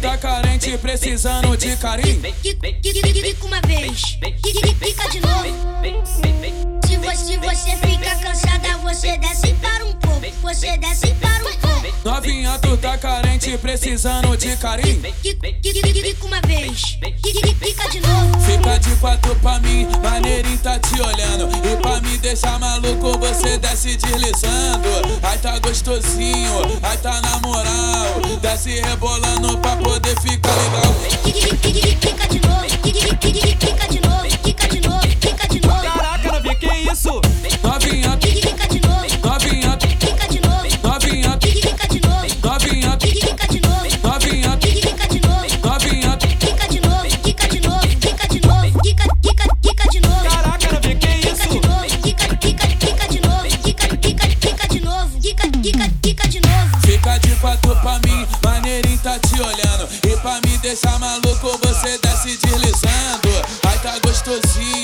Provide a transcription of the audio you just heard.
tá carente, precisando de carinho. Fica uma vez, fica de novo. Se você, você fica cansada, você desce e para um pouco. Você desce e para um pouco. Novinha, tu tá carente, precisando de carinho. Fica uma vez, fica de novo. Fica de quatro pra mim, maneirinho tá te olhando. E pra me deixar maluco, você desce deslizando. Aí tá gostosinho, aí tá na moral. Desce rebolando pra poder ficar legal. Fica de novo, fica de novo, fica de novo, fica de novo. Caraca, novinha, que isso? Novinha, Fica de novo, novinha, fica de novo, novinha, fica de novo, novinha, fica de novo, novinha, fica de novo. novinha. Quica de novo, quica de novo, quica de novo, quica, quica, quica de novo. Caraca, novinha, que Quica isso? de novo, quica, quica, quica de novo, quica, quica, quica de novo, quica, quica, quica de novo. Fica de quatro pra mim, maneirinho tá te olhando. E pra me deixar maluco, você desce deslizando. Aí tá gostosinho,